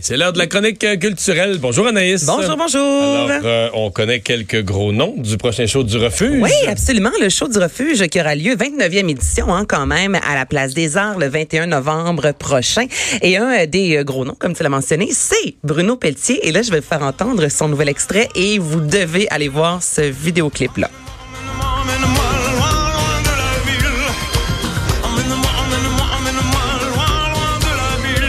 C'est l'heure de la chronique euh, culturelle. Bonjour Anaïs. Bonjour, bonjour. Alors, euh, on connaît quelques gros noms du prochain show du refuge. Oui, absolument. Le show du refuge qui aura lieu 29e édition hein, quand même à la Place des Arts le 21 novembre prochain. Et un euh, des euh, gros noms, comme tu l'as mentionné, c'est Bruno Pelletier. Et là, je vais vous faire entendre son nouvel extrait et vous devez aller voir ce vidéoclip-là. Emmène-moi loin, loin de la ville. Emmène-moi, emmène-moi, emmène-moi loin, loin de la ville.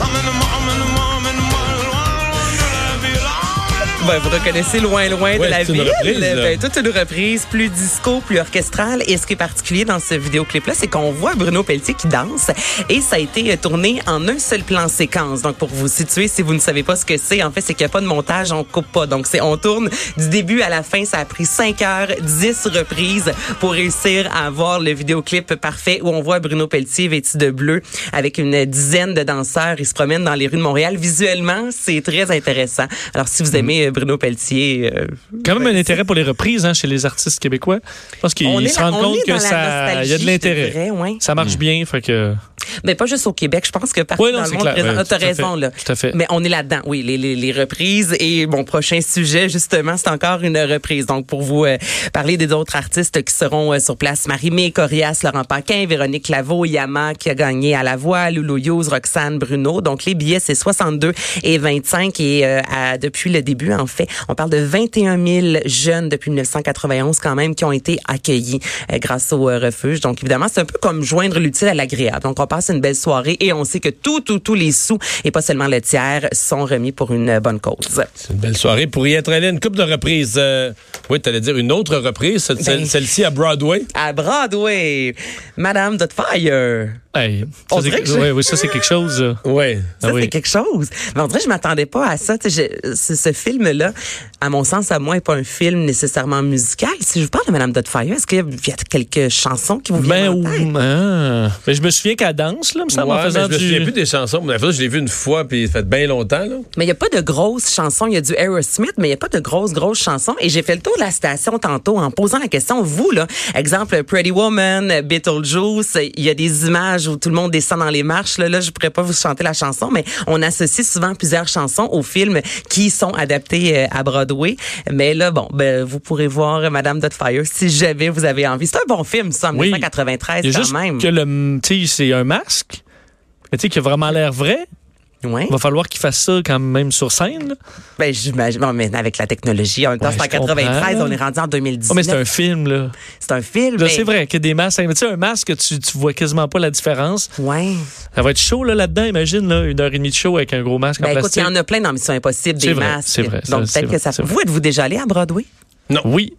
Emmène-moi, emmène-moi, emmène-moi loin, loin de la ville. Ben, vous reconnaissez loin, Ouais, loin de la c'est une ville. reprise, là. Ben, toute une reprise, plus disco, plus orchestrale. Et ce qui est particulier dans ce vidéoclip-là, c'est qu'on voit Bruno Pelletier qui danse. Et ça a été euh, tourné en un seul plan séquence. Donc, pour vous situer, si vous ne savez pas ce que c'est, en fait, c'est qu'il n'y a pas de montage, on coupe pas. Donc, c'est, on tourne du début à la fin. Ça a pris 5 heures, 10 reprises pour réussir à avoir le vidéoclip parfait où on voit Bruno Pelletier vêtu de bleu avec une dizaine de danseurs. Il se promène dans les rues de Montréal. Visuellement, c'est très intéressant. Alors, si vous aimez euh, Bruno Pelletier, euh, Quand même un intérêt pour les reprises hein, chez les artistes québécois. Je pense On est qu'ils se dans- rendent on compte est dans que la ça, il y nostalgie, je te a de dirais, l'intérêt. ouais. Ça marche bien, fait que. Mais Ben, pas juste au Québec, je pense que partout Oui, non, dans le c'est monde clair. présent. Oui, Ah, t'as tout à raison, fait. là. Tout à fait. Mais on est là-dedans, oui, les, les, les reprises. Et mon prochain sujet, justement, c'est encore une reprise. Donc, pour vous euh, parler des autres artistes qui seront euh, sur place, Marie-Mé, Corias, Laurent Paquin, Véronique Laveau, Yama, qui a gagné à la voix, Loulou Hughes, Roxane Bruno. Donc, les billets, c'est 62 et 25. Et euh, à- depuis le début, en fait, on parle de 21 000 jeunes depuis 1991 quand même qui ont été accueillis euh, grâce au euh, refuge. Donc, évidemment, c'est un peu comme joindre l'utile à l'agréable. Donc, on passe une belle soirée et on sait que tout, tout, tous les sous et pas seulement le tiers sont remis pour une euh, bonne cause. C'est une belle soirée pour y être allé. Une coupe de reprises. Euh, oui, t'allais dire une autre reprise, ce- Ben. celle- celle-ci à Broadway. À Broadway, Madame Dotfire. Hey, On ça, c'est- dirait que j'ai- ouais, oui, ça, c'est quelque chose. euh. Ouais. Ça, Ah oui. c'est quelque chose. Mais on dirait que je m'attendais pas à ça. Tu sais, je- ce ce film-là, à mon sens, à moi, est pas un film nécessairement musical. Si je vous parle de Madame Dotfire, est-ce qu'il y a- il y a quelques chansons qui vous Ben, viennent en tête? ou- ah. mais je me souviens qu'elle danse, là, me semble, Ouais, en mais faisant je me souviens du. plus des chansons. Mais la fois, je l'ai vu une fois, puis ça fait bien longtemps. Là. Mais il n'y a pas de grosses chansons. Il y a du Aerosmith, mais il n'y a pas de grosses, grosses chansons. Et j'ai fait le tour de la station tantôt en posant la question, vous, là, exemple, Pretty Woman, euh, Beetlejuice, euh, il y a des images où tout le monde descend dans les marches. Là, là je pourrais pas vous chanter la chanson, mais on associe souvent plusieurs chansons aux films qui sont adaptés euh, à Broadway. Mais là, bon, ben, vous pourrez voir Madame Dotfire si jamais vous avez envie. C'est un bon film, ça, en Oui. 1993 Il y a quand juste même. que le. Tu sais, c'est un masque, mais tu sais, qui a vraiment l'air vrai. Ouais. Il va falloir qu'il fasse ça quand même sur scène. là. Ben, j'imagine, bon, mais avec la technologie, en même temps, Ouais, c'est en je comprends, 93, là. on est rendu en 2019. Oh, mais c'est un film, là. C'est un film. Là, mais- C'est vrai que des masques. mais Tu sais, un masque, tu, tu vois quasiment pas la différence. Ouais. Ça va être chaud là, là-dedans, imagine, là, une heure et demie de show avec un gros masque en Ben, écoute, il plastique. y en a plein dans Mission Impossible, C'est des vrai, masques. c'est vrai, ça, Donc, c'est peut-être vrai, que ça. c'est vrai. Vous êtes-vous déjà allé à Broadway? Oui.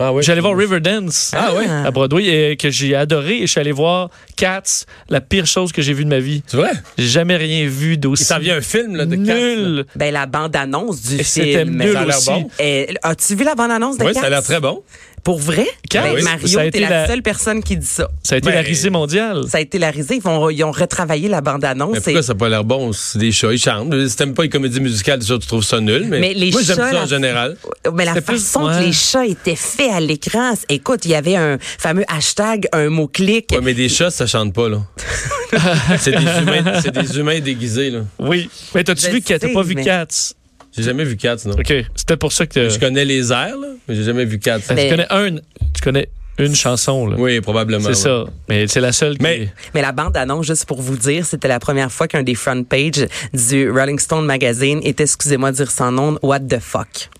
Ah, oui. J'allais voir Riverdance Ah, ouais. à Broadway, euh, que j'ai adoré. Et je suis allé voir Cats, la pire chose que j'ai vue de ma vie. C'est vrai? J'ai jamais rien vu Il d'aussi s'en vient un film là, de Cats, là. nul. Ben, la bande-annonce du Et c'était film. nul Ça a l'air aussi. bon. Eh, As-tu vu la bande-annonce de Oui, Cats? ça a l'air très bon. Pour vrai? Cats, Ben, oui. Ça a Mario, t'es été la, la- seule personne qui dit ça. Ça a été Ben, la risée mondiale. Ça a été la risée. Ils, vont- ils ont retravaillé la Mais bande-annonce. pourquoi et- ça n'a pas l'air bon? C'est des chats, ils chantent. Si t'aimes pas les comédies musicales, déjà, tu trouves ça nul. Mais, Mais les moi, j'aime chats, ça en la- général. Mais la C'était plus- façon que ouais. les chats étaient faits à l'écran, c'est- écoute, il y avait un fameux hashtag, un mot-clic. Ouais, mais des chats, ça chante pas, là. c'est des humains, c'est des humains déguisés, là. Oui. Mais t'as-tu Je vu Cats? T'as pas sais, vu mais- Cats? J'ai jamais vu Cats, non. OK. C'était pour ça que Je tu connais les airs, là, mais j'ai jamais vu Cats. Mais- connais un. Tu connais une chanson, là. Oui, probablement. C'est ouais. ça. Mais c'est la seule qui. Mais- Mais la bande-annonce, juste pour vous dire, c'était la première fois qu'un des front pages du Rolling Stone magazine était, excusez-moi de dire sans nom, What the fuck.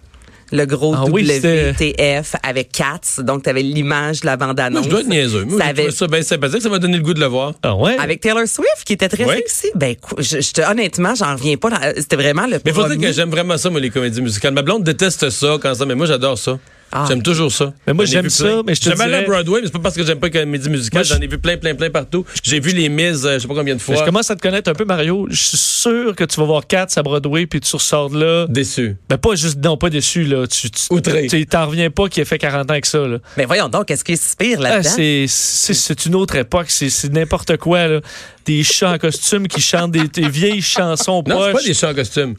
Le gros Ah oui, c'était- WTF avec Cats. Donc, tu avais l'image de la Moi, bande-annonce. je dois être niaiseux. Moi, Ça j'ai avait- trouvé ça bien sympathique. Ça m'a donné le goût de le voir. Ah ouais? Avec Taylor Swift, qui était très Ouais. sexy. Ben, écou- je, je te- honnêtement, j'en reviens pas. dans- C'était vraiment le Mais faut premier. dire que j'aime vraiment ça, moi, les comédies musicales. Ma blonde déteste ça quand ça, mais moi, j'adore ça. Ah. J'aime toujours ça. Mais moi, J'en ai j'aime vu ça, plein. mais je te J'aime aller à dirais- Broadway, mais c'est pas parce que j'aime pas les comédies musicales. Moi, je- J'en ai vu plein, plein, plein partout. J'ai vu les mises, euh, je sais pas combien de Mais fois. Je commence à te connaître un peu, Mario. Je suis sûr que tu vas voir Cats à Broadway, puis tu ressors de là. déçu. Ben pas juste, non, pas déçu, là. Tu, tu, Outré. tu- T'en reviens pas qu'il ait fait 40 ans avec ça, là. Mais voyons donc, qu'est-ce qui est si pire Ah, là-dedans? Mm. c'est- c'est c'est une autre époque, c'est c'est n'importe quoi, là. Des chats en costume qui chantent des, des vieilles chansons Non, c'est pas poches. des chats en costume.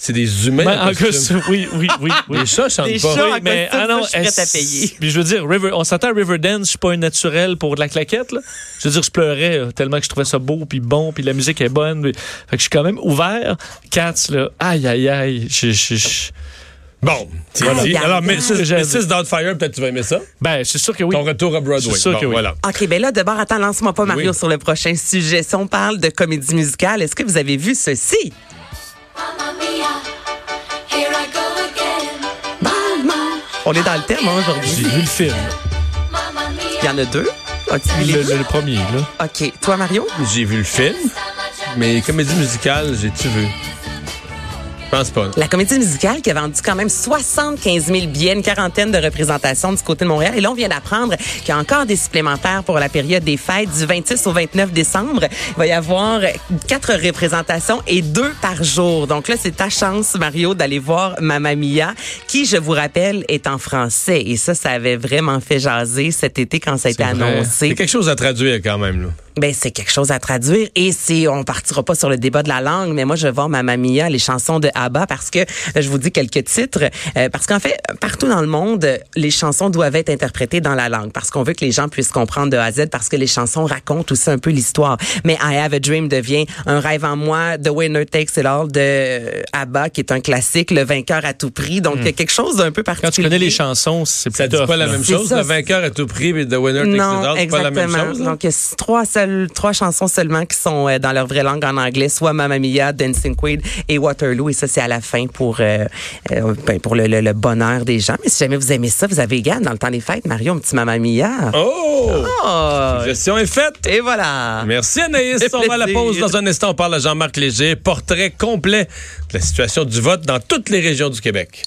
c'est des humains Ben, en en costume. costume, oui, oui, oui. oui. ah, Les chats chantent Des pas. chats. en costume, ça, je suis prête à est-ce- payer. Puis je veux dire, River, on s'entend à Riverdance, je suis pas un naturel pour de la claquette. Là. Je veux dire, je pleurais là, tellement que je trouvais ça beau, puis bon, puis la musique est bonne. puis- Fait que je suis quand même ouvert. Cats, là, aïe, aïe, aïe. Je, je- je- Bon, c'est Aïe, dit. aïe, Alors, aïe. Mrs. J'aime. Mrs. Doubtfire, peut-être tu vas aimer ça. Ben, c'est sûr que oui. Ton retour à Broadway. C'est sûr Bon, que oui. Voilà. OK, ben là, d'abord, attends, lance-moi pas Mario Oui. sur le prochain sujet. Si on parle de comédie musicale, est-ce que vous avez vu ceci? Mamma mia, here I go again. On est dans le thème hein, aujourd'hui. J'ai vu le film, Mamma mia. Il y en a deux. As-tu vu les le, deux? le- le premier. Là. OK. Toi, Mario? J'ai vu le film, mais comédie musicale, j'ai-tu vu? Je pense pas. La comédie musicale qui a vendu quand même 75 000 billets, une quarantaine de représentations du côté de Montréal. Et là, on vient d'apprendre qu'il y a encore des supplémentaires pour la période des fêtes du 26 au 29 décembre. Il va y avoir quatre représentations et deux par jour. Donc là, c'est ta chance, Mario, d'aller voir Mamma Mia, qui, je vous rappelle, est en français. Et ça, ça avait vraiment fait jaser cet été quand ça a été C'est vrai. C'est annoncé. quelque chose à traduire quand même. Là. Ben, c'est quelque chose à traduire et c'est on partira pas sur le débat de la langue, mais moi je vais voir Mamma Mia, les chansons de ABBA parce que euh, je vous dis quelques titres euh, parce qu'en fait partout dans le monde euh, les chansons doivent être interprétées dans la langue parce qu'on veut que les gens puissent comprendre de A à Z parce que les chansons racontent aussi un peu l'histoire. Mais I Have a Dream devient un rêve en moi, The Winner Takes It All de euh, ABBA qui est un classique, le vainqueur à tout prix. Donc il y a quelque chose d'un peu particulier. Hmm. Quand tu connais les chansons, c'est Ça plus dit tough, pas la là. même C'est chose. ça, le c'est- vainqueur à tout prix, mais The Winner Takes It Non, All, c'est pas la même exactement. chose. là? Donc, il y a s- trois, seuls, trois chansons seulement qui sont euh, dans leur vraie langue en anglais, soit Mamma Mia, Dancing Queen et Waterloo. Et ça, c'est à la fin pour, euh, euh, ben, pour le, le- le bonheur des gens. Mais si jamais vous aimez ça, vous avez gagné dans le temps des fêtes, Mario, un petit Mamma Mia. Oh! Oh! Gestion est faite. Et voilà! Merci Anaïs. Fait On va à la plaisir. pause. Dans un instant, on parle à Jean-Marc Léger. Portrait complet de la situation du vote dans toutes les régions du Québec.